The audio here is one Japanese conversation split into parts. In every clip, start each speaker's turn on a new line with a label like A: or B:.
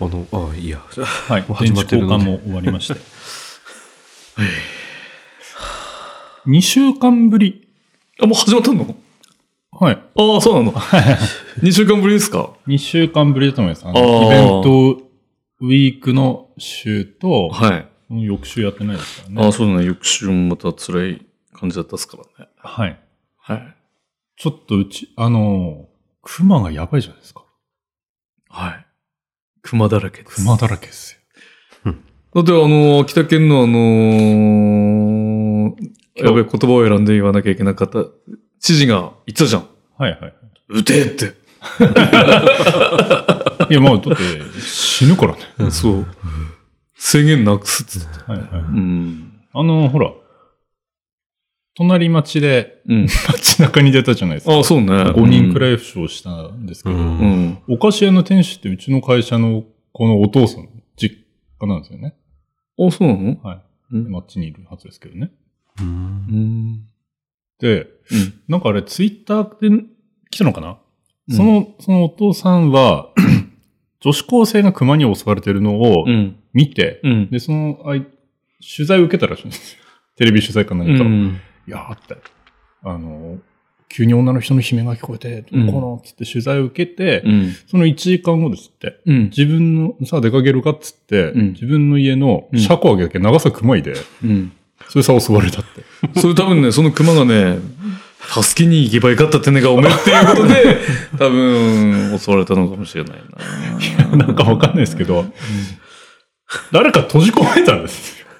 A: あの、ああ、いいや。
B: はい、
A: もう
B: 電池
A: 始まって
B: 交
A: るの
B: 換
A: で
B: も終わりまして。2週間ぶり。
C: あ、もう始まった の
B: はい。
C: ああ、そう なの。2週間ぶりですか
B: 2週間ぶりだと思います。あの
C: あー
B: イベントウィークの週と、
C: はい。
B: 翌週やってないですから
C: あ
B: ね。
C: あ、そうだね。翌週もまた辛い感じだったっすからね。
B: はい。
C: はい。
B: ちょっとうち、あの、熊がやばいじゃないですか。
C: はい。熊だらけです。
B: 熊だらけですよ。
C: だってあの、秋田県のあのー、やべえ、言葉を選んで言わなきゃいけなかった。知事が言ってたじゃん。
B: はいはい。
C: 撃てって。
B: いや、まあ、だって、死ぬからね。
C: そう。制限なくすって言ってた。
B: はいはい。
C: うん。
B: あの、ほら、隣町で、
C: うん。
B: 街中に出たじゃないですか。
C: ああ、そうね。
B: 5人くら
C: い。
B: い負傷したんですけ
A: う
B: ど、
A: ん。
C: うん。
B: お菓子屋の店主ってうちの会社のこのお父さん、実家なんですよね。
C: ああ、そうなの
B: はい。
C: うん
B: マッチにいるはずですけどね。
A: うん
C: うん。
B: で、
C: うん
B: なんかあれツイッターで来たのかな、
C: うん
B: その、そのお父さんは、女子高生が熊に襲われてるのを
C: うん。
B: 見て、
C: うん。
B: で、その、あい、取材を受けたらしいんですよ。 テレビ取材か何かを。いやーって、あの、急に女の人の悲鳴が聞こえて、
C: う
B: ど
C: ん
B: うこうのっつって取材を受けて、
C: うん。
B: その1時間後ですって、
C: うん。
B: 自分の、さあ出かけるかっつって、
C: うん
B: 自分の家の車庫上げだけ長さ熊いで、
C: うん。
B: それさ襲われたって。
C: それ多分ね、その熊がね、助けに行けばよかったってねがおめえっていうこと で、多分、襲われたのかもしれないな。
B: なんかわかんないですけど、誰か閉じ込めたんですよ。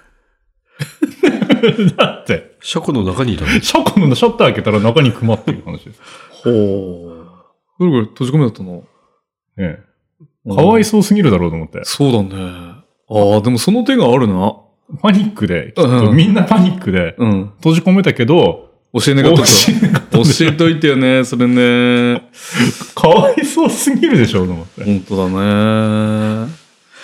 B: だって、
A: 車庫の中にいたの
B: 車庫のシャッター開けたら中に熊っていう話です。
C: ほう。ぐるぐる閉じ込めだったの
B: ええ、かわいそうすぎるだろうと思って、
C: そうだね。ああ、でもその手があるな。
B: パニックで、きっ
C: うんう
B: と
C: ん
B: みんなパニックで、
C: うん。
B: 閉じ込めたけど、
C: 教えなかった
B: おし
C: 教えといてよね、それね。
B: かわいそうすぎるでしょうと思って。
C: 本当だね。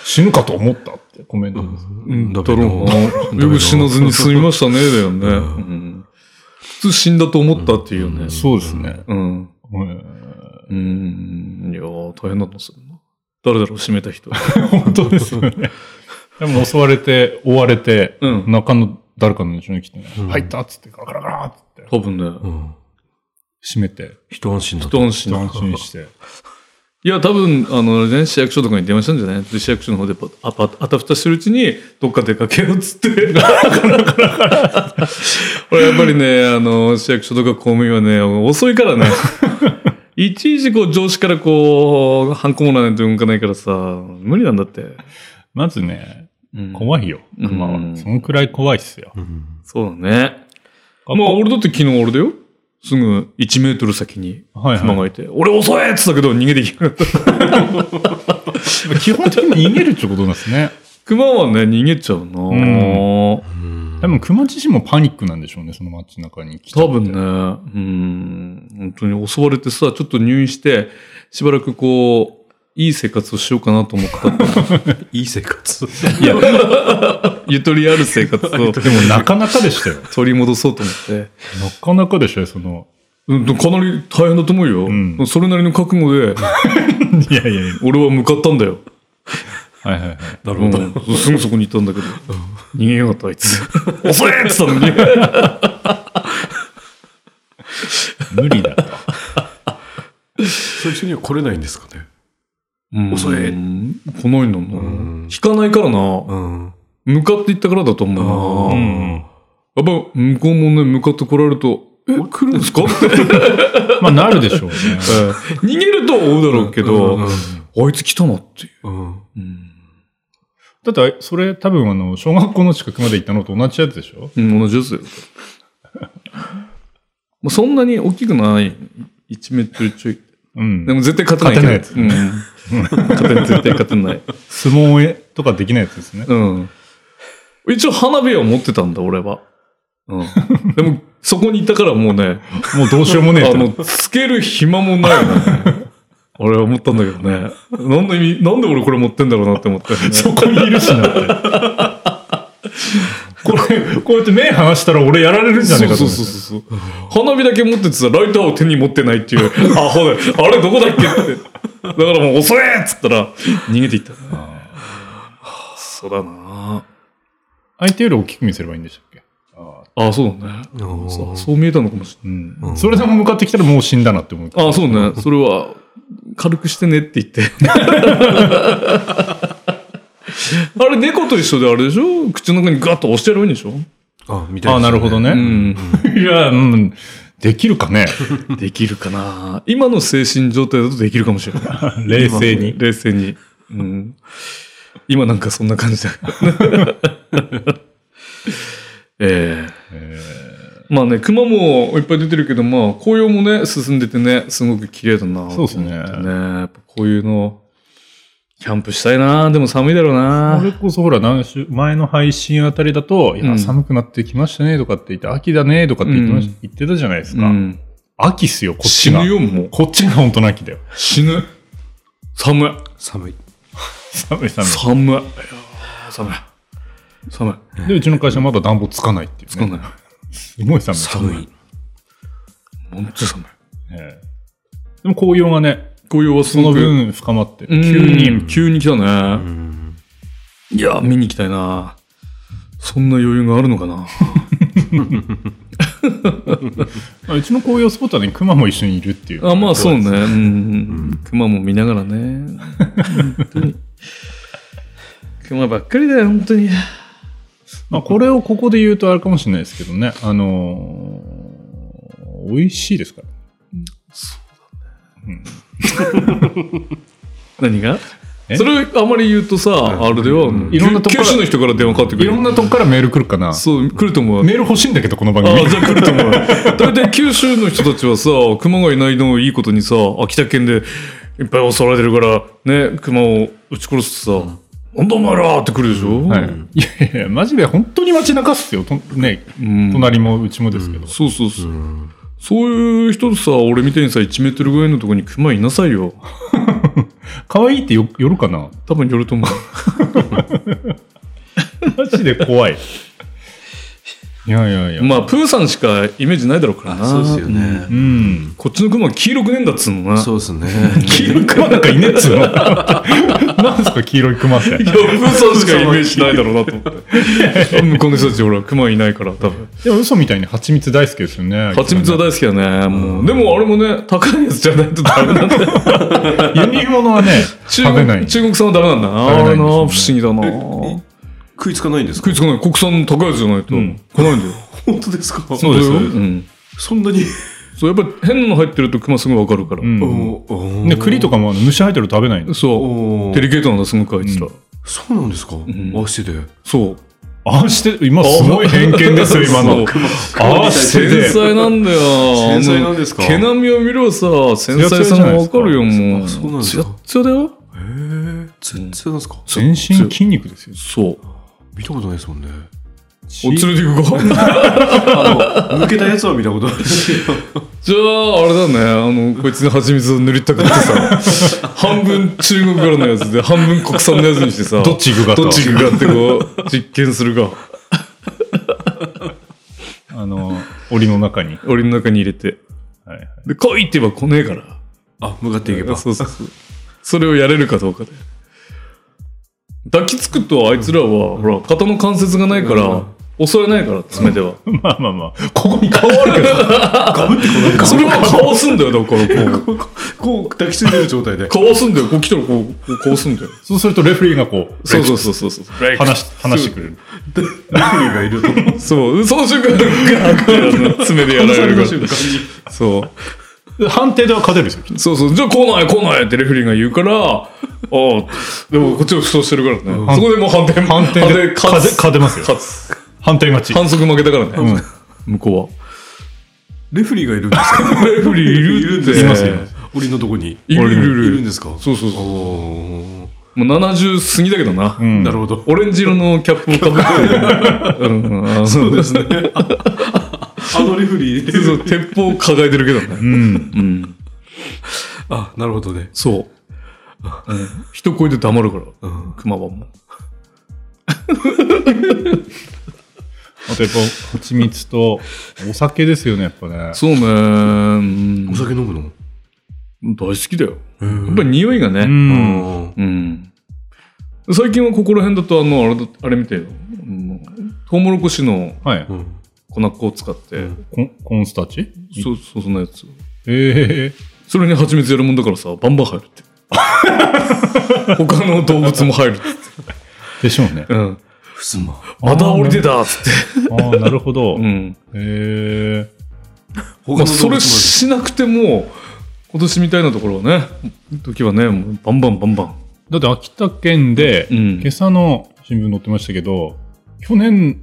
B: 死ぬかと思ったってコメントです。
C: うん、だ
A: ダメだ
C: ろうな。よく死なずに済みましたね、だよね。うん普通死んだと思ったっていうね。
B: そうですね。
C: うん。
B: うん
C: うーん、いやー、大変だったんですよ。誰だろう、閉めた人。
B: 本当ですよね。でも襲われて、追われて、
C: うん
B: 中の誰かの後ろに来てね、
A: うん
B: 入ったっつって、ガラガラガラっつって、
C: 多分ね、
A: うん。
B: 閉めて、
A: 一安心だった。
C: 一安心だ
B: 安心して。
C: いや、多分、あの、ね、市役所とかに電話したんじゃないで市役所の方でパあパあたふたしてるうちに、どっか出かけようっ つって。俺、やっぱりね、あの、市役所とか公務員はね、遅い からね。いちいちこう上司からこう、ハンコもらわないと動かないからさ、無理なんだって。
B: まずね、
C: うん
B: 怖いよ、熊は。
C: うん
B: そのくらい怖いっすよ。
A: うん
C: そうだね。
B: あ
C: まあ、俺だって昨日俺だよ。すぐ1メートル先に
B: はい
C: 熊
B: は
C: がいて、俺遅いっつったけど逃げていけなかった。
B: い。基本的に逃げるってことなんですね。
C: 熊はね、逃げちゃうな、
B: う
A: うん
B: 多分熊自身もパニックなんでしょうね、その街中に来ちゃ
C: 多
B: って
C: 分ね、うん、本当に襲われてさ、ちょっと入院して、しばらくこう、いい生活をしようかなと思った って。
A: いい生活。
C: いや、ゆとりある生活を
B: でもなかなかでしたよ。な
C: 取り戻そうと思って。
B: かなかでしたよ、その。
C: うん、かなり大変だと思うよ。
B: うん
C: それなりの覚悟で、
B: いやいやいや。
C: 俺は向かったんだよ。
B: はいはいはい。
A: なるほど。
C: うんすぐそこに行ったんだけど、逃げやがった、あい つ。遅いっつったのに。
B: 無理だと。
A: 最初には来れないんですかね。
C: 遅
A: 遅
C: い。
A: い
C: 来ないんだな。
A: ん
C: 引かないからな。
A: うん。
C: 向かって行ったからだと思う
A: う
C: な。
B: ん
C: やっぱ向こうもね、向かって来られると、え、来るんですかって。
B: まあなるでしょうね。
C: 逃げると追うだろうけど、
A: うん
C: あいつ来たなっていう。
A: うん。
B: だってあれ、それ多分あの、小学校の近くまで行ったのと同じやつでしょ
C: うん、同じですよ。まあそんなに大きくない。1メートルちょい。
B: うん
C: でも絶対勝てないけど。
B: 勝て
C: うん。勝てない、絶対勝てない。
B: 相撲絵とかできないやつですね。
C: うん。一応花火は持ってたんだ、俺は。うん。でも、そこにいたからもうね、
B: もうどうしようもねえ
C: あ
B: と。
C: の、つける暇もないよね。 俺は思ったんだけどね。なんで意味、なんで俺これ持ってんだろうなって思 ったよね。
B: そこにいるしなって。これ、こうやって目離したら俺やられるんじゃねえか
C: そう
B: と思っ
C: そう
B: て。
C: そうそう。花火だけ持っててさ、ライターを手に持ってないって いう、あ、ほら、あれどこだっけって。だからもう遅えっつったら、逃げていった。
B: あ
C: そうだな
B: 相手より大きく見せればいいんでしたっけああ
C: ああ、そうだね。
A: おー
C: そうそう見えたのかもし
B: うん
A: うん
B: それでも向かってきたらもう死んだなって思う。
C: れない。ああ、そうね。それは、軽くしてねって言っ て。あれ、猫と一緒であれでしょ口の中にガッと押してやればいいんでしょ
A: あ、みたい
B: ああ、なるほどね。
C: う。ん。
B: いや、うん。できるかね。
C: できるかな今の精神状態だとできるかもしれない。
B: 冷静に。
C: 冷静に。うん。今なんかそんな感じだ。 ええ
B: え
C: まあね、熊もいっぱい出てるけど、まあ、紅葉もね、進んでてね、すごく綺麗だなと思って
B: そうですね
C: やっぱこういうの、キャンプしたいなでも寒いだろう
B: ーそれ
C: な
B: こそほら、何週、前の配信あたりだと、いや、
C: うん
B: 寒くなってきましたねとかって言って、秋だねとかって言ってまし
C: うん
B: 言ってたじゃないです
C: う
B: か。
C: ん。
B: 秋っすよ、こっち
C: 死
B: が
C: ぬ。よ、もう。
B: こっちが本当の秋だよ。
C: 死ぬ。寒い。
A: 寒い。
B: 寒い寒い。
C: 寒い。いやー寒い。寒い。
B: で、うちの会社まだ暖房つかないっていう、ね。
C: つかない。
B: すごい寒い。
A: 寒い。
C: ほんと寒い。
B: ええでも紅葉がね、
C: 紅葉はす
B: その
C: ごく。
B: 分深まって、急
C: うん
B: に、
C: 急に来たね。
A: うん。
C: いや、見に行きたいな。そんな余裕があるのか な。
B: まあうちの紅葉スポットはね、熊も一緒にいるっていう。
C: あ、まあそうね。
B: ね。
C: うん。熊も見ながら ね。本当に。熊ばっかりだよ、本当に。
B: まあこれをここで言うとあれかもしれないですけどね、あのー美味しいですから。
C: 何が
B: え
C: それあまり言うとさ、あれでは、
B: いろんなとこか
C: 九
B: ら
C: 州の人から電話かかってく
B: い
C: る
B: ろ。んなとこからメール来るかな。
C: そう、来ると思う。
B: メール欲しいんだけど、この番
C: あ
B: 組。
C: あ、じゃあ来ると思う。 大体九州の人たちはさ、熊がいないのをいいことにさ、秋田県でいっぱい襲われてるから、ね、熊を撃ち殺すとさ、なんだお前らって来るでしょ、
B: はい、いやいやいや、マジで本当に街中っすよ。とね、
C: うん
B: 隣もうちもですけど。
C: そうそうそう。そういう人とさ、俺みたいにさ、1メートルぐらいのとこに熊いなさいよ。
B: 可愛いってよ寄る かな
C: 多分よると思う。
B: マジで怖い。いやいやいや。
C: まあ、プーさんしかイメージないだろうからな。
A: そうですよ
C: うん
A: ね
B: う。ん。
C: こっちの熊は黄色くねえんだっつうのな。
A: そうですね。
B: 黄色い熊なんかいねえっつ うの。なんですか、黄色い熊って。
C: いや、プーさんしかイメージないだろうなと思って。向こうの人たち、ほら、熊いないから、多分。
B: でも嘘みたいに蜂蜜大好きですよね。
C: 蜂蜜は大好きだね。もう。でも、あれもね、高いやつじゃないとダメなん だよ。
B: 輸入物はね、
C: 中
B: 食べない
C: 国、。中国産はダメなんだな。あ
B: 食べな
C: れ
B: いんですよ
C: な、不
B: ね
C: 思議だな。食
A: 食いつかないんですか
C: いつかない。国産の高いやつじゃないと。
B: うん
C: 来ないんだよ。
A: 本当ですか
B: そうです
C: よ。うん。
A: そんなに。
C: そう、やっぱ変なの入ってると熊すぐわかるから。
B: うん。
A: お
B: で、栗とかもあの虫入ってると食べないんです。
C: そう。
A: お
C: デリケートなんだ、すごくあいつら。
A: そうなんですか
C: ん
A: 合わせて。
C: そう。
B: ああして、今すごい偏見ですよ、今の。ああして
C: 繊
B: て。
C: 細なんだよ。
A: 繊細なんですか
C: 毛並みを見ろさ、繊細さがわかるよ、もう。
A: あそうなんですか
C: ツヤッツヤだよ。
A: へえ。全然なんですか
B: 全身筋肉ですよ。
C: そう。
A: 見たことないですもんね。
C: お、連れて行くか
A: あの、抜けたやつは見たことあるし。
C: じゃあ、あれだね。あの、こいつに蜂蜜を塗りたくって さ、半分中国からのやつで、半分国産のやつにしてさ、
B: どっち行くかと
C: どっち行くかってこう、実験するか。
B: あの、檻の中に。
C: 檻の中に入れて。
B: はい はい
C: で、来いって言えば来ねえから。
A: あ、向かっていけば。
C: そうそうそう。それをやれるかどうかで。抱きつくとあいつらは、ほら、肩の関節がないから、襲えないから、爪では。
B: まあまあまあ、ここに顔あるけど。
C: それはかわすんだよ、だから、 こう。
A: こう、抱きついてる状態で。
C: かわすんだよ、こう来たらこう、こうこうすんだよ。
B: そうするとレフェリーがこう、
C: そうそうそうそうそう。
B: 話し、話してくれる。
A: がいると。
C: そう、その瞬間、ガーッてあの爪でやられるか
A: 間
C: ら。そう。
B: で判定では勝てるんですよ、きっ
C: そうそう、じゃあ来ない来ないってレフェリーが言うから、ああ、でもこっちを負傷してるからね。そこでもう判定、
B: 判定で
C: 勝つ。
B: 勝てますよ
C: 勝つ。
B: と判定勝ち。
C: 反則負けたからね。
B: うん
C: 向こ
A: レフェリーがいるんです
C: う
A: か
C: は。レフェリーいるって。
B: いますよ
A: 檻のとこに。
C: いるいるいる
A: んですか
C: そうそうそ
A: おー
C: う。もう70過ぎだけどな。
B: うん
A: なるほど。
C: オレンジ色のキャップをかぶってる。うん、あのそう
A: ですね。あのレフェリー。
C: そう鉄砲を抱えてるけどね。
B: うん。
C: うん。
A: あ、なるほどね。
C: そう。うん人声で黙るから、
A: うん
C: 熊はもう。
B: あとやっぱ、蜂蜜と、お酒ですよね、やっぱね。
C: そうね、うん
A: お酒飲むの
C: 大好きだよ。
A: や
C: やっぱり匂いがね。
B: うん。
C: うん。最近はここら辺だとあのあれだあれみたいよ、うん、トウモロコシの
B: はい。
A: うん
C: 粉っ粉を使って、
A: うん
B: コンコーンスターチ
C: そうそうそんなやつ
B: ええ
C: それに蜂蜜やるもんだからさバンバン入るって 他の動物も入るっつって、
B: でしょう ね。
C: うん、
A: ふすま。
C: まだ降りてたっつって、
B: ああ、なるほど。
C: う
B: へ
C: ん
B: え
C: ま
A: 他
C: あ、それ
A: し
C: しなくても今年みたいなところはね時はねもうバンバンバンバン、
B: だって秋田県で、
C: うん
B: 今朝の新聞載ってましたけど、去年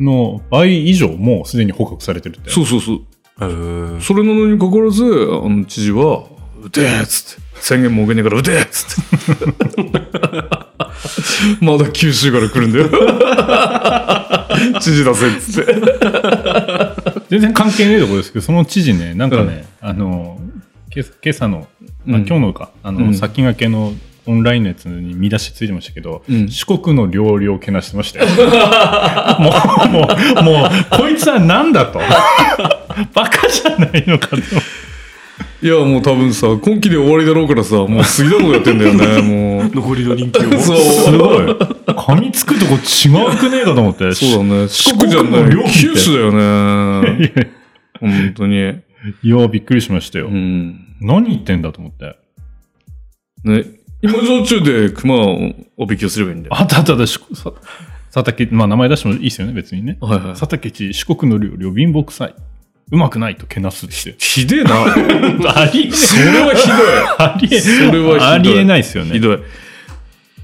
B: の倍以上もうすでに捕獲されてるって。
C: そうそうそう
A: えー
C: それなのにかかわらず、あの、知事は、撃てーっつって。宣言も受けねえから撃てー っつって。まだ九州から来るんだよ。 知事だぜっつって。
B: 全然関係ねえとこですけど、その知事ね、なんかね、あの、け今朝の、あ
C: うん
B: 今日のか、あの、
C: うん
B: 先駆けのオンラインのやつに見出しついてましたけど、
C: うん
B: 四国の料理をけなしてましたよ。 もう、もう、もう、こいつはなんだと。バカじゃないのかと。
C: いや、もう多分さ、今期で終わりだろうからさ、もう杉田のことやってんだよね、もう。
A: 残りの人気を。
C: そう
B: すごい。噛みつくとこ違うくねえかと思って。
C: そうだね。四国じゃ
B: 四国の料
C: ない。
B: 理って
C: 九州だ よね。本当に。
B: いや、びっくりしましたよ。
C: うん。
B: 何言ってんだと思って。
C: ね。芋焼酎で熊をおびきをすればいいんだよ。
B: あったあったあった、しさ、さたけ、まあ名前出してもいいですよね、別にね。
C: はいはい。
B: さたけち、四国の料理を貧乏臭い。うまくないとけなすって。
C: ひでえな。
B: ありえ
C: それはひどい。
B: ありえ、
C: それはひどい
B: ありえないですよ
C: ひ
B: ね。
C: どい。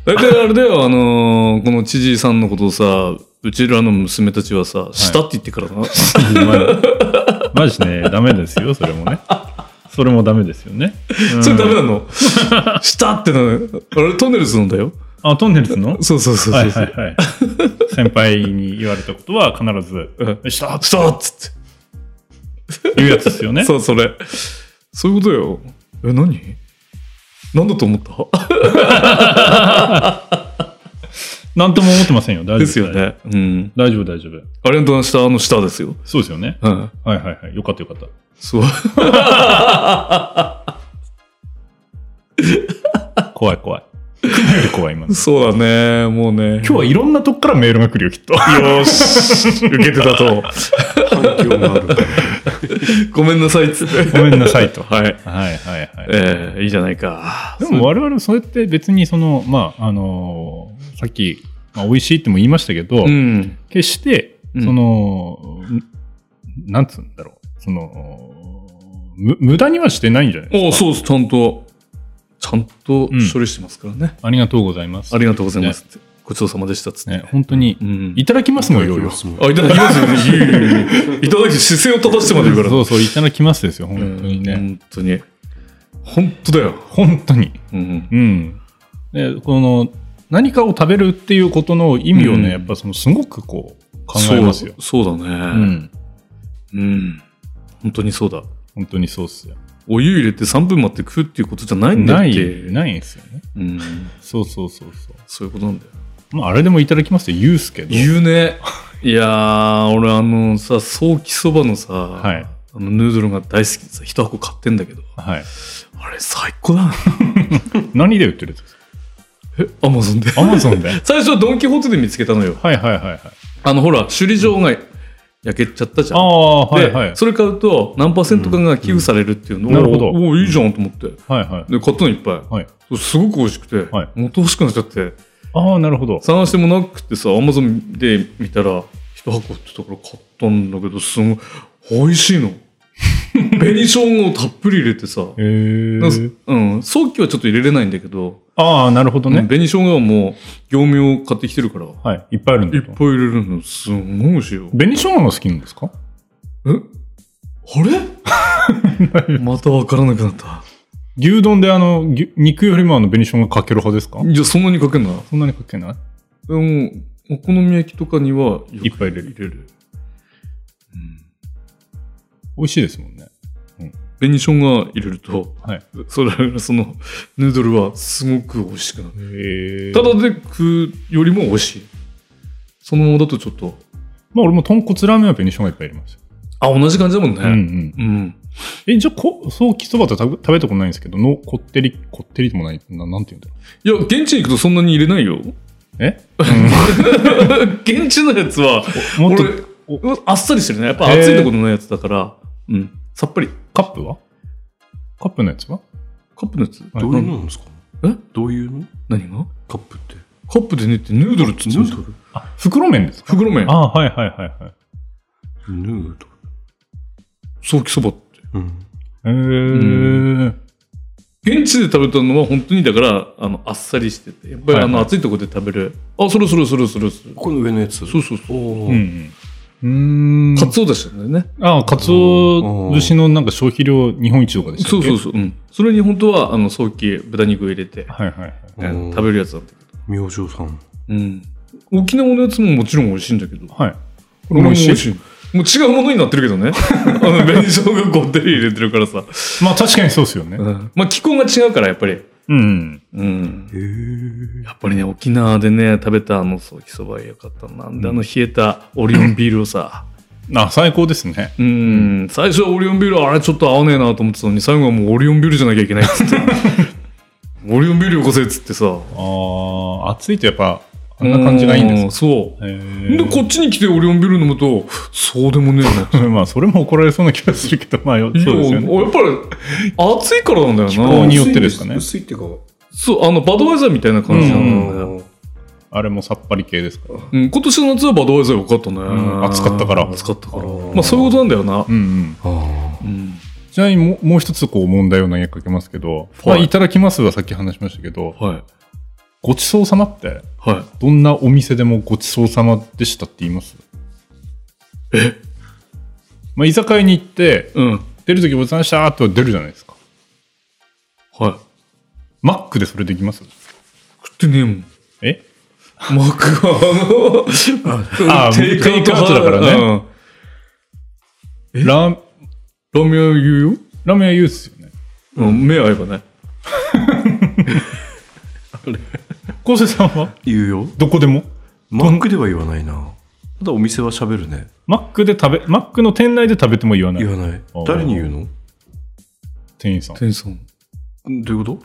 C: 大体あれだよ、あのーこの知事さんのことをさ、うちらの娘たちはさ、したって言ってからな。
B: マジね、ダメですよ、それもね。それもダメですよね。
C: それダメなのしたってなのあれ、トンネルズのだよ。
B: あ、トンネルズの
C: そうそうそう
B: はい
C: そう。
B: はいはい。先輩に言われたことは必ず、
C: うん
B: したっ
C: したっつっ
B: っていうやつですよ
C: て。
B: ね。
C: そう、それ。そういうことよ。え、何なんだと思った
B: なんとも思ってませんよ。大丈夫
C: ですよ。ね。うん。
B: 大丈夫、大丈夫。
C: あれの下、あの下ですよ。
B: そうですよね。
C: うん。
B: はいはいはい。よかったよかった。
C: そう。
B: 怖い怖い。今より怖い今の。
C: そうだね。もうね。
B: 今日はいろんなとこからメールが来るよ、きっと。
C: よし。受けてたと。
A: 反響がある。
C: ごめんなさいっつって。
B: ごめんなさいと。は
C: はい。
B: いはいはい。
C: ええいいじゃないか。
B: でも我々はそうやって別にその、まあ、あのーさっき、まあ、美味しいっても言いましたけど、
C: うん。
B: 決して、
C: うん
B: その、んなんつうんだろう。その、む無駄にはしてないんじゃない
C: おそうです、ちゃんと、ちゃんと処理してますからね。
B: ありがとうございます。
C: ありがとうございますって。ごちそうさまでしたっつって。
B: ね、本当に
C: う、ん。
B: いただきますもん、よよ。
C: あ、いただきますよね。 いやいやいやいただき、姿勢を正してまで言うから。
B: そうそう、いただきますですよ、本
C: う
B: 当
C: ん
B: にね。
C: 本当に。本当だよ。
B: 本当に。
C: うん。
B: うん。で、この、何かを食べるっていうことの意味を
C: う
B: ね、
C: ん
B: やっぱその、すごくこう、考えますよ。
C: そうそうだ
B: う
C: ね。
B: ん。
C: うん。本当にそうだ。
B: 本当にそうっすよ。
C: お湯入れて3分待って食うっていうことじゃないんだっ
B: ない
C: て。、い。
B: ないんですよね。
C: うん。
B: そうそうそうそう。
C: そういうことなんだよ。
B: まあ、あれでもいただきますって言うっすけど。
C: 言うね。いやー、俺あのさ、早期そばのさ、
B: はい。
C: あのヌードルが大好きでさ、一箱買ってんだけど、
B: はい。
C: あれ最高だな。
B: 何で売ってるんですか
C: え、アマゾンで。
B: アマゾンで。 はい
C: 最初はドン・キホーテで見つけたのよ。
B: はいはいはい。
C: あの、ほら、首里城が焼けちゃったじゃ
B: あ
C: ん。
B: あ、は
C: で、
B: いはい。はい
C: それ買うと何パーセントかが寄付されるっていうのを、
B: うんなるほど
C: おーおーいいじゃんと思って。
B: はい。
C: で、買ったのいっぱ
B: はい。
C: い。すごく美味しくて、
B: はい
C: もっと欲しくなっちゃって、
B: ああ、なるほど。
C: 探してもなくてさ、アマゾンで見たら、一箱ってところ買ったんだけど、すごい、美味しい の。紅生姜をたっぷり入れてさ、
B: へえ
C: なんかうん、早期はちょっと入れれないんだけど、
B: ああ、なるほどね。
C: 紅生姜はもう、業務用買ってきてるから、い
B: はい。いっぱいあるんだ
C: っ
B: と
C: ぱい。入れるの、すごい美味しいよ。
B: 紅生姜が好きなんですか
C: えあれ またわからなくなった。
B: 牛丼であの、牛肉よりもあの、紅生姜かける派ですか
C: じゃあそんなにかけんな。
B: そんなにかけない
C: でも、お好み焼きとかにはよく
B: いっぱい入れる
C: 入れる。
B: 美味しいですもんね。
C: 紅生姜入れると、
B: はい。
C: それ、その、ヌードルはすごく美味しくなる。
B: え
C: ただで食うよりも美味しい。そのままだとちょっと、
B: まあ俺も豚骨ラーメンは紅生姜いっぱい入れますよ。
C: あ、同じ感じだもん
B: うんう
C: ね。
B: ん。
C: うん。
B: え、じゃあ、こ、そう、きそばって食べ食べたことないんですけど、の、こってり、こってりでもない、ななんて言うんだろ
C: いや、現地に行くとそんなに入れないよ。
B: え
C: 現地のやつは、
B: もっと
C: 俺うんあっさりしてるね。やっぱ熱いところのやつだから、うん。さっぱり。
B: カップはカップのやつは
C: カップのやつ
B: はい
A: どういうのなんですか
C: え
A: どういうの
C: 何が
A: カップって。
C: カップでねってヌードルっつって
A: ヌードル
B: あ、袋麺ですか
C: 袋麺。
B: あはいはいはいはい。
A: ヌード
C: ソーキそばって。
A: ル。うん。
B: えー
C: 現地で食べたのは本当にだから、あの、あっさりしてて。やっぱりあ
B: はい
C: の、
B: はい
C: 熱いところで食べる。あ、それそれそれそれそれ。
A: この上のやつ。
C: そうそうそう。
A: お
B: うん
A: ー
B: うん。うーん。
C: カツオだしたんだよね。
B: ああ、かつお節のなんか消費量日本一とかでした
C: そ
B: っ
C: う
B: け
C: そうそう。うん。それに本当は、あの、ソーキ、豚肉を入れて、
B: はいはいはい。
A: う
C: うんん食べるやつなんだけど。
A: 明星さん。
C: うん。沖縄のやつももちろん美味しいんだけど。
B: はい。
C: これも美味しい。もう違うものになってるけどね。あの、紅生姜こってり入れてるからさ。
B: まあ確かにそうですよね。
C: うん。まあ、気候が違うから、やっぱり。
B: うん。
C: うん。
A: へえ。
C: やっぱりね、沖縄でね、食べたあのソーキそばよかったな。で、あの冷えたオリオンビールをさ、
B: あ、最高ですね。
C: うん、最初はオリオンビール、あれちょっと合わねえなと思ってたのに、最後はもうオリオンビールじゃなきゃいけないっ つって。オリオンビールよこせっつってさ。
B: ああ、暑いとやっぱ、あんな感じがいいんです
C: うんそ
B: か。へ
C: う。で、
B: ー
C: こっちに来てオリオンビール飲むと、そうでもねえな。
B: まあ、それも怒られそうな気がするけど、まあ、よそうですよ
C: い
B: ね。
C: ややっぱり、暑いからなんだよ
B: 気候
C: な
B: に。よってですかね
A: 薄いっていうか。
C: そう、あの、バドワイザーみたいな感じなんだよ。
B: あれもさっぱり系ですから。
C: うん、今年の夏はバドワイザーよかったね。
B: ん暑かったから
C: 暑かったから。
A: あー
C: まあ、そういうことなんだよな
B: う。んうん。
A: あ
C: うん。
B: ちなみにもうもう一つこう問題を投げかけますけど、いまあ、
C: はい
B: いただきますはさっき話しましたけど、
C: はい。
B: ごちそうさまって、
C: はい。
B: どんなお店でもごちそうさまでしたって言いますまあ、居酒屋に行って、
C: うん。
B: 出るときボタンしたーって出るじゃないですか。
C: はい。
B: マックでそれできます
C: 食ってねえもん。
B: え
C: マック は、あの、
B: あー
C: テイクアウト
B: テイクアウトだからね
C: うん
B: ラー
C: ラーメン屋言うよ。
B: ラーメンは言うっすよね。
C: うん、目合えばね。
B: 昴生さんは
A: あ。言うよ。
B: どこでも
A: マックでは言わないな。ただお店は喋るね。
B: マックで食べ、マックの店内で食べても言わない。
A: 言わない
B: あー。
A: 誰に言うの
B: 店員さん。
C: 店員さん。
A: んどういうこと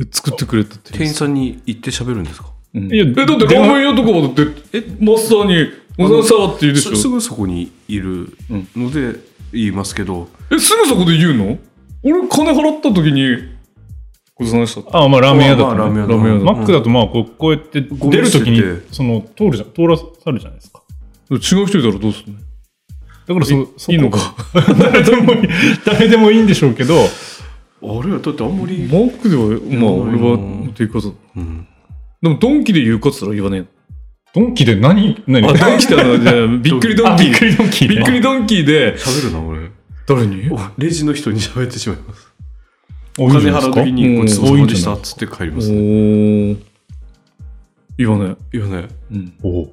C: え作ってくれたって。
A: 店員さんに行って喋るんですか
C: うん
B: いや
C: え、だって
B: 電
C: ラ
B: 話
C: ーメン屋とかはだって、え、マスターに、マスターさんって言うでし
A: すす
C: ょ。
A: ぐそこにいるので言いますけど、
C: え、すぐそこで言うの俺金払った時に、ごちそうさまでした。
B: ああ、まあラーメン屋だと、ね
A: まあラーメン屋
C: ラーメン屋だ
B: マックだ
A: と
B: とまあこうこうやって出るとき
A: ゴミ捨て
B: に、その、通るじゃん、通らさるじゃないですか。
C: 違う人いたらどうするの
B: だからそ、そこ
C: いいのか。
B: 誰でもいい、 誰でもいいんでしょうけど、
A: あれだってあんまり、
C: マックでは、まあ、俺
A: うん
C: はテイクアウトだ。
A: うん
C: でも、ドンキで言うかっつったら言わね
B: ドンキで何、
C: え
B: 何
C: の。あ、 ドンキってあの、じゃあびっくりドンキ。
B: あびっくりドンキね
C: びっくりドンキーで、
A: 喋るな俺
C: 誰に
A: おレジの人に喋ってしまいます
B: お
A: お
B: いいじ
A: 金
B: ゃない
A: 払
B: です
A: う
B: か
A: 時に
C: うん
A: ごちそうさまでし
B: う
A: た
B: ん
A: っつって帰り
C: お
A: ますね
C: ー。言わない。
A: 言わない
C: うん。
B: おう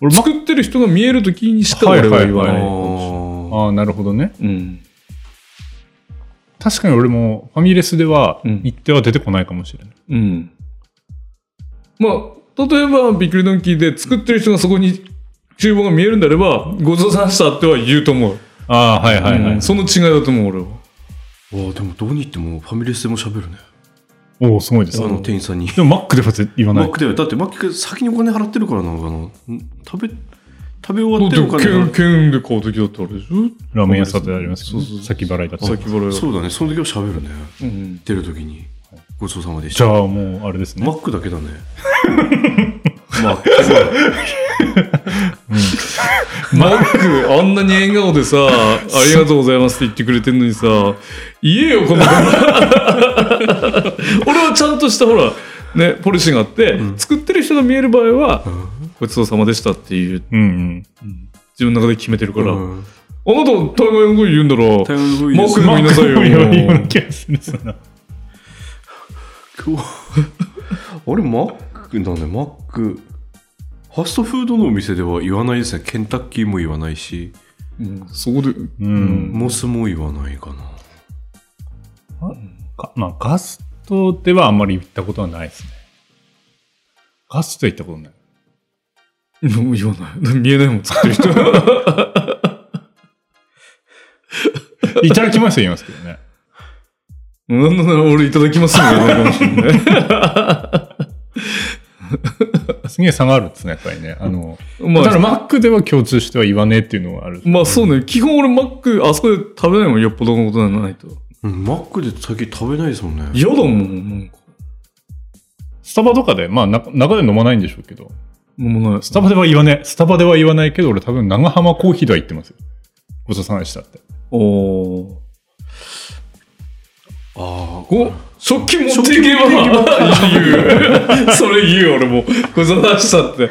C: 俺、作ってる人が見える時にしか
B: はい
C: 俺
B: は
C: は
B: い
C: 言わ
A: あ
C: な。
B: はい
A: ー
B: ああ、なるほどね。
C: うん。
B: 確かに俺もファミレスでは
C: うん
B: 行っては出てこないかもしれない。
C: うん。まあ、例えば、びっくりドンキーで作ってる人がそこに厨房が見えるんであれば、ごちそうさまでしたっては言うと思う。
B: ああ、はいはいはい。
C: うんその違いだと思う、俺は。
A: あーでもどうに行ってもファミレスでも喋るね
B: おお、すごいで
A: あ
B: すね。
A: の店員さんに
B: でもマックでは絶対言わ
A: マ
B: ない
A: ッ。クだよだってマック先にお金払ってるからなのかなん食べ食べ終わって
C: だ
A: る
C: っ
A: お
C: て
A: 金払
C: 券
A: っ
C: 券で買う時だったらあれでしょ
B: ラーメン屋さんでありますけど
C: そうそうそう
B: 先払いだと。
C: 先払い
A: そうだねその時は喋るね
C: うん、
A: 出る時にごちそうさまでし
B: じ
A: た
B: ゃあもうあれですね。
A: マックだけだねマック
C: マックあんなに笑顔でさ「ありがとうございます」って言ってくれてんのにさ言えよこの俺はちゃんとしたほらねポリシーがあって、作ってる人が見える場合は「ごちそうさまでした」っていう
B: うんうん。
C: 自分の中で決めてるから、
A: うん
C: あなた対外の声言うんだろ
A: 台湾語いい
C: マ
A: で
C: ッ
A: す
C: クでも言いなさいよ
B: マックも言わないような気がするそんな
A: 今日あれマック だねマックファストフードのお店では言わないですねケンタッキーも言わないし
C: うんそこで
B: うん。
A: モスも言わないかな
B: かまあガストではあんまり行ったことはないですね。ガストは行ったことない。
C: もう言わない見えないもん作ってる人
B: いただきますよ言いますけどね。
C: なんだなら俺いただきますもんね
B: すげえ差があるっつね、やっぱりね。あの、
C: ま
B: ただ
C: あ、
B: マックでは共通しては言わねえっていうのはある。
C: まあそうね。基本俺マック、あそこで食べないもん。よっぽどのことなんないと。
A: うんマックで最近食べないですもんね
C: 嫌だもん、なんか。
B: スタバとかで、まあな中で飲まないんでしょうけど、
C: もうない。
B: スタバでは言わねえ。スタバでは言わないけど、俺多分長浜コーヒーでは言ってますよ。ごちそうさまでしたって。
C: おー。
A: ああ
C: お食器持っていけば言う。それ言う、俺も。ごちそうさまでしたって。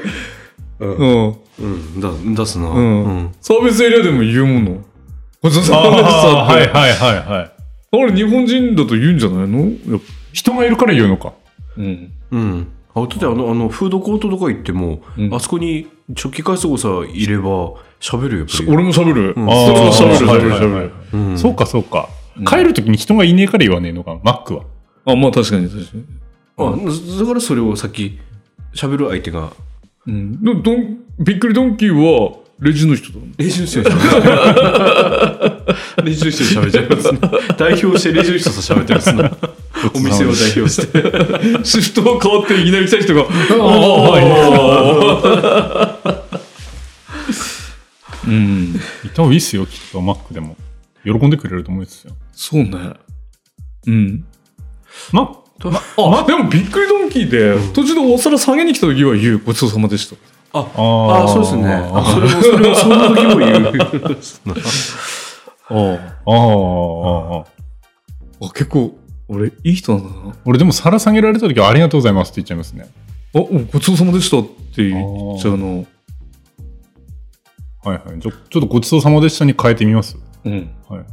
A: うん
C: うん。
A: うんだ出すな
C: うん
A: うん
C: サービスエリアでも言うもの。ごちそうさ までしたって。
B: はいはいはいはい。
C: あれ、日本人だと言うんじゃないのやっぱ
B: 人がいるから言うのか。
C: うん。
A: うんあだってあのあのフードコートとか行っても、
C: うん
A: あそこに食器改装さいれば喋るよやっぱり
C: 俺も喋る。
A: うん
C: あー
A: あー
C: それも喋る、喋る、
B: はいはいは
C: 喋
B: い
C: る。
A: うん
B: そうかそうか
C: うん。
B: 帰るときに人がいねえから言わねえのか、マックは。
C: あ、まあ確かに確かに。
A: あだからそれをさっき喋る相手が
C: うん。でもドン、びっくりドンキーは、レジの人だもん。
A: 練習してる人 練習して喋っちゃいますね 代表して練習してさ喋ってますねお店を代表して
C: シフトが変わっていきなり来た人が、ああ、うん。
B: いた方がいいっすよ、きっと、マックでも。喜んでくれると思うんですよ。
C: そうね。うん。
B: マック
C: あ、でもびっくりドンキーで、途中でお皿下げに来た時は言う、ごちそうさまでした。
A: あ
B: あ
A: あそうですねあそれもそれもそんな時も言う
C: あ
B: あーあー。
C: あ。結構、俺、いい人なんだな。
B: 俺でも皿下げられた時はありがとうございますって言っちゃいますね。
C: あ、おごちそうさまでしたって言っちゃうの。
B: はいはい。じゃちょっとごちそうさまでしたに変えてみます。
C: うん。
B: はいはい。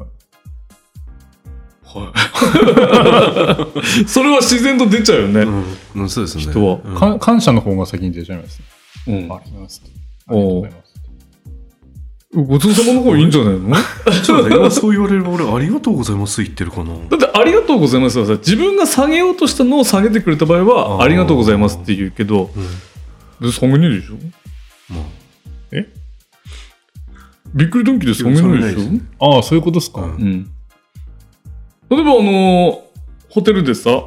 C: それは自然と出ちゃうよね。
A: うんうんそうですね
C: 人は
A: うん
B: か感謝の方が先に出ちゃいます、ね
C: うん。
B: ありがとうございます。ありがとうございます。
C: ごちそうさまの方がいいんじゃないのだ
A: そうだね今そう言われれば俺ありがとうございます言ってるかな
C: って、ありがとうございますはさ、自分が下げようとしたのを下げてくれた場合
A: あ
C: は、
A: ー
C: ありがとうございますって言うけど、
A: うん
C: で下げねえでしょ
A: まあ
C: びっくりドンキーで下げないでし
A: いや下げないです
C: ょ
A: ね
B: ああ、そういうことですか。
A: うん
C: うん。例えば、あのーホテルでさ、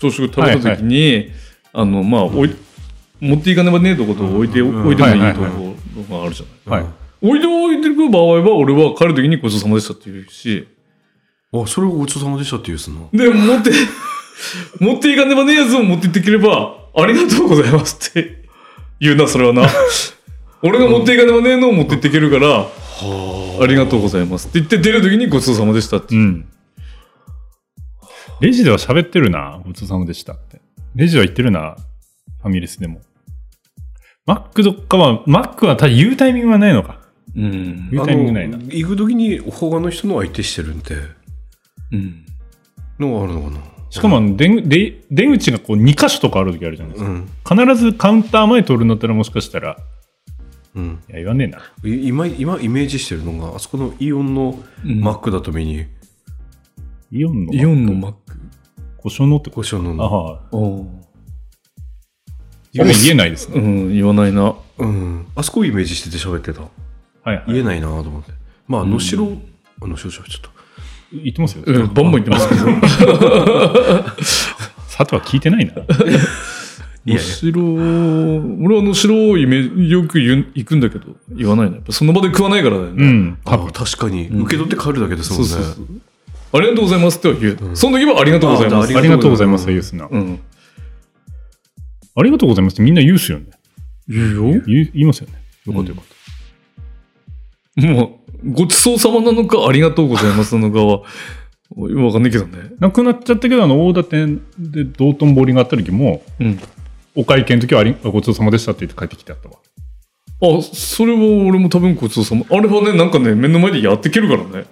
C: 朝食食べた時に、あの、まあ、おい、持っていかねばねえとこと置いて、
A: うん
C: 置いてもい
B: はいい
C: と
B: はいはい
C: ころがあるじゃない。
B: はい
C: 置いて置いてく場合は、俺は帰る時にごちそうさまでしたって言うし、
A: あそれをごちそうさまでしたって言うっすな
C: で、持 って、持っていかねばねえやつを持っていってくれば、ありがとうございますって言うな、それは な。俺が持っていかねばねえのを持っていっていけるから、ありがとうございますって言って出る時にごちそうさまでしたって。
B: うん。レジでは喋ってるな、ごちそうさまでしたって。レジは言ってるな、ファミレスでも。マックとかは、マックはただ言うタイミングはないのか。
C: うん
B: 言うタイミングないな
A: あの。行く時に他の人の相手してるんで
C: うん。
A: のがあるのかな
B: しかもあの出ん出、出口がこう2箇所とかある時あるじゃないで
A: う
B: すか。
A: ん
B: 必ずカウンター前通るんだったらもしかしたら、
A: うん
B: いや、言わねえな。
A: い今今イメージしてるのがあそこのイオンのマックだと目に
B: イオンの、
C: イオンのマック。
B: 故障のってこ
A: 胡椒の
B: とあ
A: の
B: は
C: お
B: い。言えないです
C: う
B: ね。
C: ん、言わないな。
A: うんあそこをイメージしてて喋ってた
B: はいはい。
A: 言えないなと思ってまあ
C: うん
A: 能代あ能代ちょっと
B: 言ってますよ。
C: うん、バンバン言ってますけど。
B: 佐藤は聞いてないな。
A: いやいや
C: むしろ、俺はあの白いイメージよく言う行くんだけど、言わないね。やっぱその場で食わないからだよ
B: う
C: ね。
B: ん。多
A: あ
B: 分。
A: 確かに
C: うん
A: 受け取って帰るだけですもんね
C: そうそうそうありがとうございますっては言う。
A: うん
C: その時はありがとうございま
A: あ
C: す。
B: ありがとうございます、ユースな。
C: うん。
B: ありがとうございますってみんな言うっすよね。
C: 言うよ。
B: 言う言いますよね。
C: よかったよかった。もう、ごちそうさまなのか、ありがとうございますなのかは、わかんないけどね。
B: なくなっちゃったけど、あの、大館店で道頓堀があった時も、
C: うん。
B: お会計の時はあり、ごちそうさまでしたって言って帰ってきてあったわ。
C: あ、それは俺も多分ごちそうさま。あれはね、なんかね、目の前でやっていけるからね。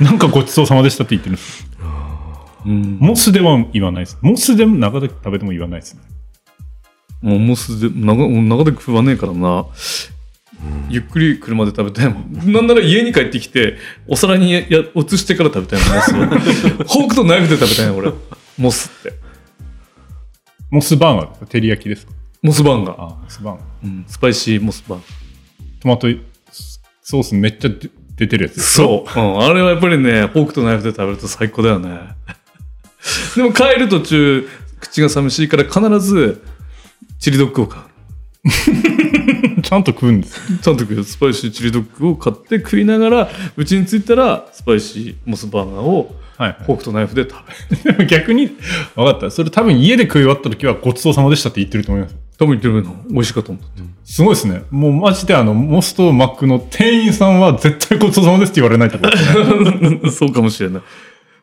B: なんかごちそうさまでしたって言ってるんです。
C: うんも
B: モスでは言わないです。モスでも中で食べても言わないですね。
C: う、もうすで、長、長で食わねえからな。ゆっくり車で食べたいもん。なんなら家に帰ってきて、お皿にや、や移してから食べたいもんモス は。フォークとナイフで食べたいの、俺。モスって。
B: モスバーガーですか照り焼きですか
C: モスバンガー。
B: あモスバーガー。
C: うん、スパイシーモスバンガー。
B: トマトソースめっちゃ出出てるやつです。
C: そう。うん。あれはやっぱりね、フォークとナイフで食べると最高だよね。 でも帰る途中、口が寂しいから必ず、チリドッグを買う。
B: ちゃんと食うんです。
C: ちゃんと食うよスパイシーチリドッグを買って食いながら、うちに着いたら、スパイシーモスバーガーを
B: はい、
C: フォークとナイフで食べる。
B: でも 逆に、分かった。それ多分家で食い終わった時はごちそうさまでしたって言ってると思います。
C: 多分言ってるの美味しかったもんだって。
B: すごいですね。もうマジであの、モスとマックの店員さんは絶対ごちそうさまですって言われな いってことですね。
C: そうかもしれない。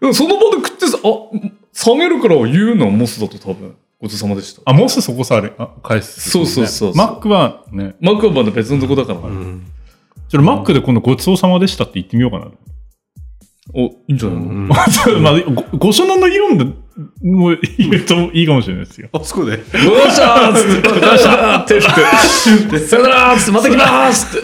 C: でもその場で食ってさ、あ、冷めるから言うのはモスだと多分、ごちそうさまでした。
B: あ、モスそこさあれ、あ返す、
C: そうそうそうそう
B: マックはね、
C: マックはまだ別のとこだから。
A: うん
B: ちょっとマックで今度ごちそうさまでしたって言ってみようかな。
C: お、いいんじゃ
A: う
C: ないの、
A: ん、
B: そうまあ、ご、ご所難の議論でもう言うと いいかもしれないですよ。
A: あそこで
C: どうしたーっつって、どうしたーって言って、さよならーっつって、また来まーすっ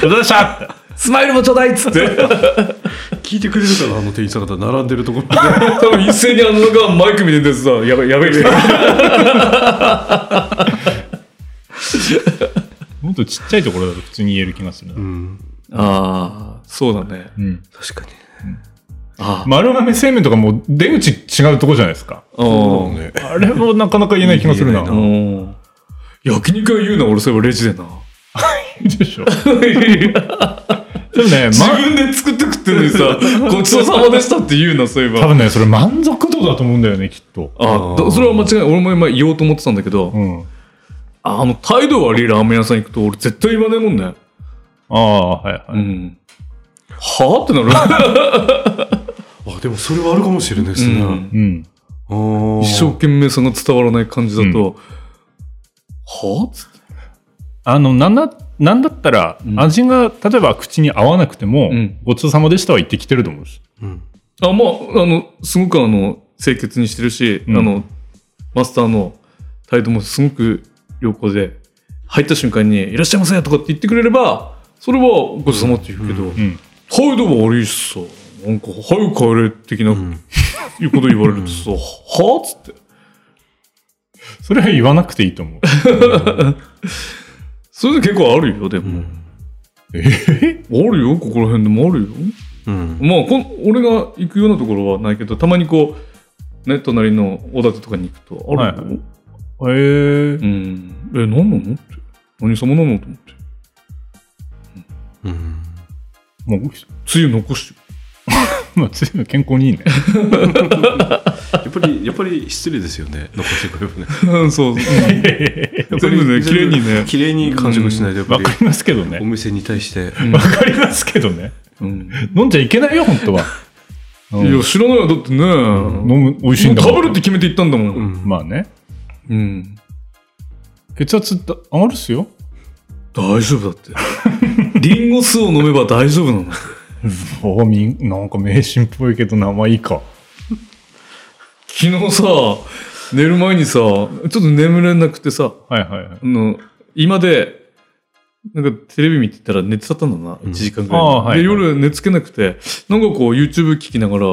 C: て、
B: どうでしたって。
C: スマイルもちょうだいっつって。
A: 聞いてくれるかなあの店員さん方並んでるところ で
C: 多分一斉にあの中マイク見ててさ、やべ、やべえ。
B: もっとちっちゃいところだと普通に言える気がするな。
C: ああ、そうだね。
B: うん。
A: 確かに
C: あ
B: 丸亀製麺とかもう出口違うとこじゃないですか。
C: あ、
A: そう
C: う。
A: ね
B: あれもなかなか言えない気がするな。
A: 言えなん
C: 焼肉は言うな、俺そういえばレジでな。
B: でしょ。
C: 自
B: で もね、ま、
C: 分で作って食ってるのに さ、ごちそうさまでしたって言うな、そういえ
B: 多
C: ば。
B: 分ね、それ満足度だと思うんだよね、きっと。
C: ああ、それは間違いない。俺も今言おうと思ってたんだけど、
B: うん。
C: あの、態度悪いラーメン屋さん行くと俺絶対言わないもんね。
B: ああ、はいはい。
C: ん。はあってなる。
A: あでもそれはあるかもしれないですね、
C: うん
B: うん。
A: あー
C: 一生懸命さが伝わらない感じだと、はあっつって。
B: あの、なんだ、なんだったら、
C: ん
B: 味が、例えば口に合わなくても、
C: うん
B: ごちそうさまでしたは言ってきてると思うんです。
A: うん
C: あ、まあ、あの、すごくあの、清潔にしてるし、
B: うん
C: あの、マスターの態度もすごく良好で、入った瞬間に、いらっしゃいませとかって言ってくれれば、それはごちそうさまって言うけど、
B: うん。
C: 態度が悪いしさ、なんか、早く帰れ的な、
A: ん
C: いうこと言われるとさ、はぁっつって。
B: それは言わなくていいと思う。
C: それで結構あるよ、でも。
B: ええ
C: あるよ、ここら辺でもあるよ。
A: うん
C: まあ、こん俺が行くようなところはないけど、たまにこう、ね、隣の大館とかに行くと、あるよ。
B: はいはい ええ
C: うん。え、何なのって。何様なのと思って。
A: うん
B: もう、
C: 梅雨残して
B: まあ、つい健康にいいね。
A: やっぱりやっぱり失礼ですよね残してくればね
C: る。 そう。
A: やっぱ
C: 全
A: り
C: 部ね、綺麗にね。
A: 綺麗に完食しないとやっぱ
B: わ
A: り
B: かりますけど
A: お
B: ね。
A: 店に対して
B: わかりますけどね。
C: うん
B: 飲んじゃいけないよ、本当は。うん
C: いや、知らないよ。だってね。
B: 飲
C: もう
B: む、美味しいんだから
C: 食べるって決めて行ったんだも。
A: うんん
B: まあね。
C: うん。
B: 血圧だ上がるっすよ。
C: 大丈夫だって。 リンゴ酢を飲めば大丈夫なの。
B: そうみんなんか迷信っぽいけど名前いいか。
C: 昨日さ、寝る前にさ、ちょっと眠れなくてさ、
B: はいはいはい。
C: あの、今で、なんかテレビ見てたら寝てたったんだな、
A: うん
C: 1時間ぐらい。
B: ああはい
C: で、夜寝つけなくて、なんかこう YouTube 聞きながら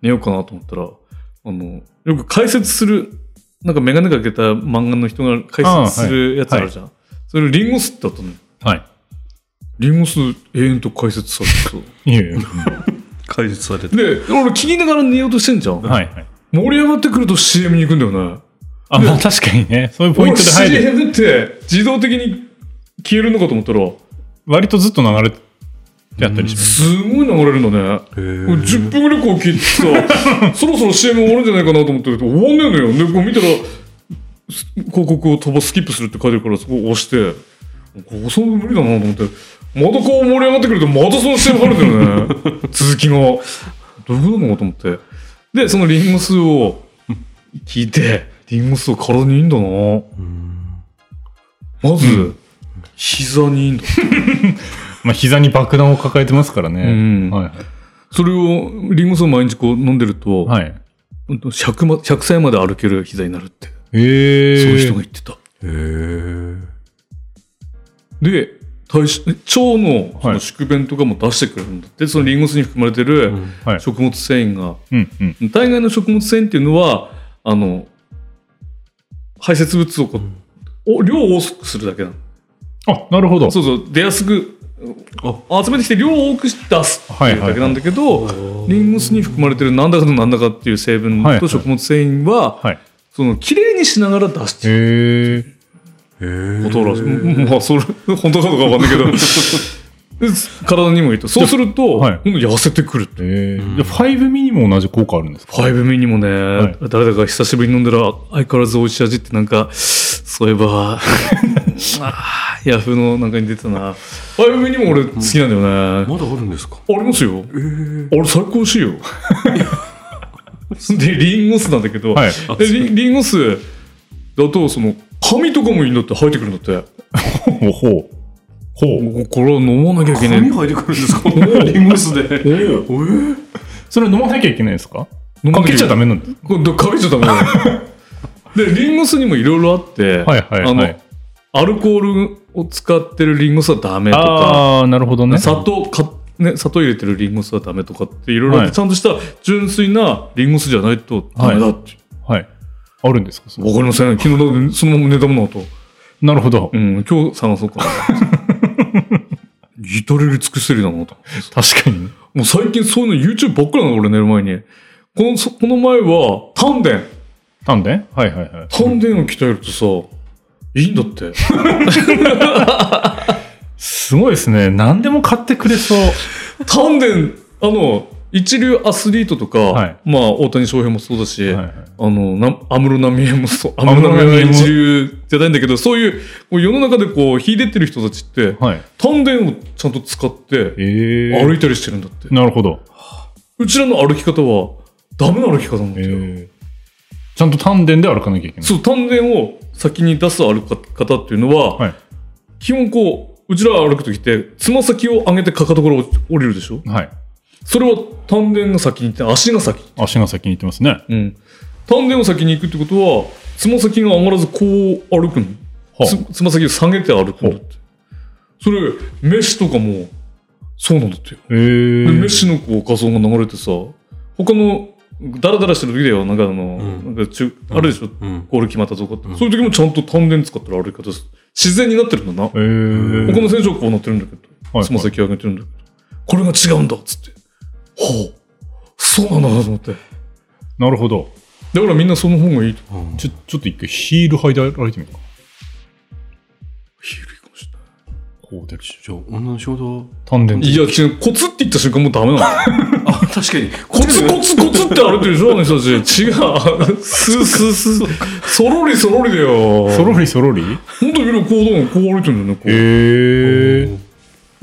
C: 寝ようかなと思ったら、あの、よく解説する、なんかメガネかけた漫画の人が解説するやつあるじゃん。それリンゴ酢ってあったのよ。
B: はい。
C: リンゴ酢永遠と解説されてそう。
B: いやいや。
A: 解説されて
C: で、俺聞きながら寝ようとしてんじゃん。
B: はいはい。
C: 盛り上がってくると CM に行くんだよね。
B: あ、まあ確かにね。そういうポイントで入る。
C: 俺 CM って自動的に消えるのかと思ったら、
B: 割とずっと流れてあったりします。
C: すごい流れるんだね。これ10分ぐらいこう聞いてさ、そろそろ CM 終わるんじゃないかなと思ってるけど、終わんねえのよ。で、こう見たら、す広告を飛ばスキップするって書いてるから、そこを押して、こう、そんな無理だなと思って、またこう盛り上がってくると、またその CM 入るんだよね。続きが。どういうことなのと思って。で、そのリンゴ酢を聞いて、リンゴ酢は体にいいんだな
A: うん
C: まず、膝にいいんだ。
B: まあ膝に爆弾を抱えてますから
C: うん
B: ね。はい
C: それを、リンゴ酢を毎日こう飲んでると、
B: はい。はい。
C: ほんと 100, ま100歳まで歩ける膝になるって、
B: ええ。
C: そういう人が言ってた。
A: へえ
C: で、体脂腸のそ
B: は
C: の
B: い
C: 宿便とかも出してくれるんだって、そのリンゴ酢に含まれてる
B: はい。
C: 食物繊維が。
B: うんうん。
C: 大概の食物繊維っていうのは、あの、排泄物をこう、お量を多くするだけなの。
B: あ、なるほど。
C: そうそう、出やすく集めてきて量を多く出すっていうだけなんだけど、リンゴ酢に含まれてるなんだかとなんだかっていう成分
B: はいは
C: と
B: い
C: 食物繊維は、
B: はい。
C: その綺麗にしながら出してる
B: へえ。
A: へえ
C: ことらしい。まあそれ本当かどうかわかんない けど体にもいいとそうすると、
B: はい
C: 今度痩せてくるって。
B: ええ。じゃあ、5ミニも同じ効果あるんですか
C: ファイブミにもね、
B: い
C: 誰だか久しぶりに飲んだら相変わらず美味しい味ってなんかそういえ ばあーヤフーのなんかに出てたなファイブミにも俺好きなんだよね、
A: まだあるんですか
C: ありますよ。あれ最高美味しい よ。で、リンゴ酢なんだけど、
B: はい
C: でリリンゴ酢だと、その、髪とかもいいんだって生えてくるんだって。
B: ほうほう。ほう。
C: これは飲まなきゃいけない
A: 髪。生えてくるんですかリンゴ酢でえー
B: それ飲まなきゃいけないんですか
C: 飲ま
B: か
C: なきゃいけない
B: けちゃダメなんです
C: これかけちゃダメだよ で、リンゴ酢にもいろいろあって、
B: はいはいはい
C: あの、アルコールを使ってるリンゴ酢はダメとか、
B: ああー、なるほどね。
C: 砂糖か、ね、砂糖入れてるリンゴ酢はダメとかっていろいろあっ
B: は
C: て、
B: い
C: ちゃんとした純粋なリンゴ酢じゃないとダメだって。
B: はい。あるんですかそれ
C: わかりません。昨日だってそのまま寝たものだと。
B: なるほど
C: う。ん、今日探そう かな。至れり尽くせりなのと。
B: 確かにね。
C: もう最近そういうの YouTube ばっかりなの、俺寝る前に。この、そこの前は、丹田。
B: 丹田はいはいはい。
C: 丹田を鍛えるとさ、いいんだって。
B: すごいですね。何でも買ってくれそう。
C: 丹田、あの、一流アスリートとか、
B: はい
C: まあ、大谷翔平もそうだし、
B: はいはい
C: あの、な安室奈美恵もそう、安
B: 安室
C: 室奈美恵は
B: 奈美恵も
C: 一流じゃないんだけど、そういう、こう世の中でこう、秀でてる人たちって、
B: はい。
C: 丹田をちゃんと使って、
B: ええ
C: 歩いたりしてるんだって。
B: なるほど。
C: うちらの歩き方は、ダメな歩き方なんだ
B: ええ
C: よ。
B: ちゃんと丹田で歩かなきゃいけない。
C: そう、丹田を先に出す歩き方っていうのは、
B: はい
C: 基本こう、うちら歩くときって、つま先を上げてかかとから降りるでしょ
B: はい。
C: それは丹田が先に行って、足が先。
B: 足が先に行ってますね。
C: うん。丹田を先に行くってことは、つま先が上がらずこう歩くの。
B: は
C: つつま先を下げて歩くんだって。それ、メッシとかも、そうなんだってよ。
B: ええ
C: でメッシのこう画像が流れてさ、他のダラダラしてる時だよ、なんかあの、
A: ん
C: なんか中、あれでしょ、
A: うん
C: ゴール決まったとかって、そういう時もちゃんと丹田使ってる歩き方です自然になってるんだな。
B: ええ
C: 他の選手はこうなってるんだけど、
B: はい
C: つま先上げてるんだけど、これが違うんだっつって。ほう、そうなんだなと思って。
B: なるほど。
C: だからみんなその方がいいと。
A: うん
B: ちょ、ちょっと一回ヒール履いて歩いてみようか。
C: ヒールいいかもしれな
B: こう出るし。
A: じゃあ女の仕事
B: 丹田で
C: い。いや、違うコツって言った瞬間もうダメなの。
A: あ確かに
C: コツコツコツって歩いてるでしょ、あの人たち。違う。スースースー。そろりそろりだよ。
B: そろりそろり
C: ほんとみんなこうどんどんこう歩いてるんだよね、こう。
B: ええ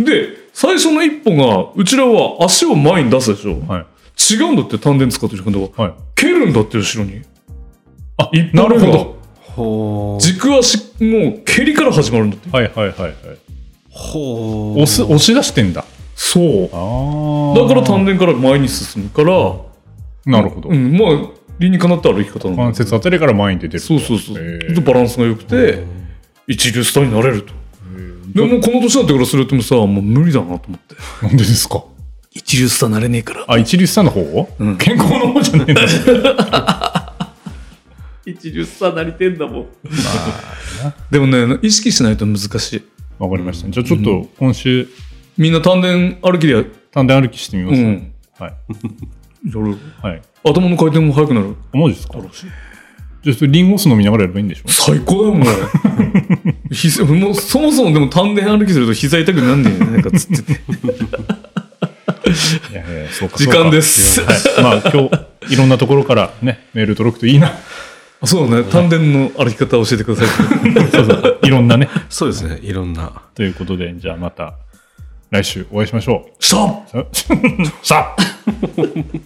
C: で、最初の一歩が、うちらは足を前に出すでしょ。
B: はい。
C: 違うんだって、丹田使ってる時間とか。
B: はい。
C: 蹴るんだって、後ろに。
B: あ
C: 一
B: な
C: 歩目
B: る
C: が
B: ほど。
A: ほう
C: 軸足の蹴りから始まるんだって。
B: はいはいはいはい。
A: ほう
B: 押す、押し出してんだ。
C: そう。
B: ああ。
C: だから丹田から前に進むから、
B: なるほど
C: う。ん、まあ、理にかなった歩き方なんだ
B: 関節あたりから前に出てる。
C: そうそうそう。
B: へー
C: ちょっとバランスが良くて、一流スターになれると。でももうこの年になってからするともさ、もう無理だなと思って。
B: なんでですか
C: 一流スターなれねえから。
B: あ、一流スターの方、
C: うん
B: 健康の方じゃないんだ。
C: 一流スターなりてんだもん。でもね、意識しないと難しい。
B: わかりました。じゃあちょっと今週、
C: みんな丹田歩きでや、
B: 丹田歩きしてみま
C: う
B: す、
C: ん。
B: はい。
C: やる。
B: はい。
C: 頭の回転も速くなる。
B: あマジですかじゃあそれリンゴ酢飲みながらやればいいんでしょ
C: 最高だよ、もう。膝もうそもそもでも丹田歩きすると膝痛くなんねえよねなんかつってて。
B: いやいや、そうか。
C: 時間です
B: そうかはい。まあ今日、いろんなところからね、メール届くといいな。
C: あそうだね、丹田の歩き方を教えてください。
B: そうそう。いろんなね。
A: そうですねいろんな
B: ということで、じゃあまた来週お会いしましょ
C: シャープ
B: う。ささあ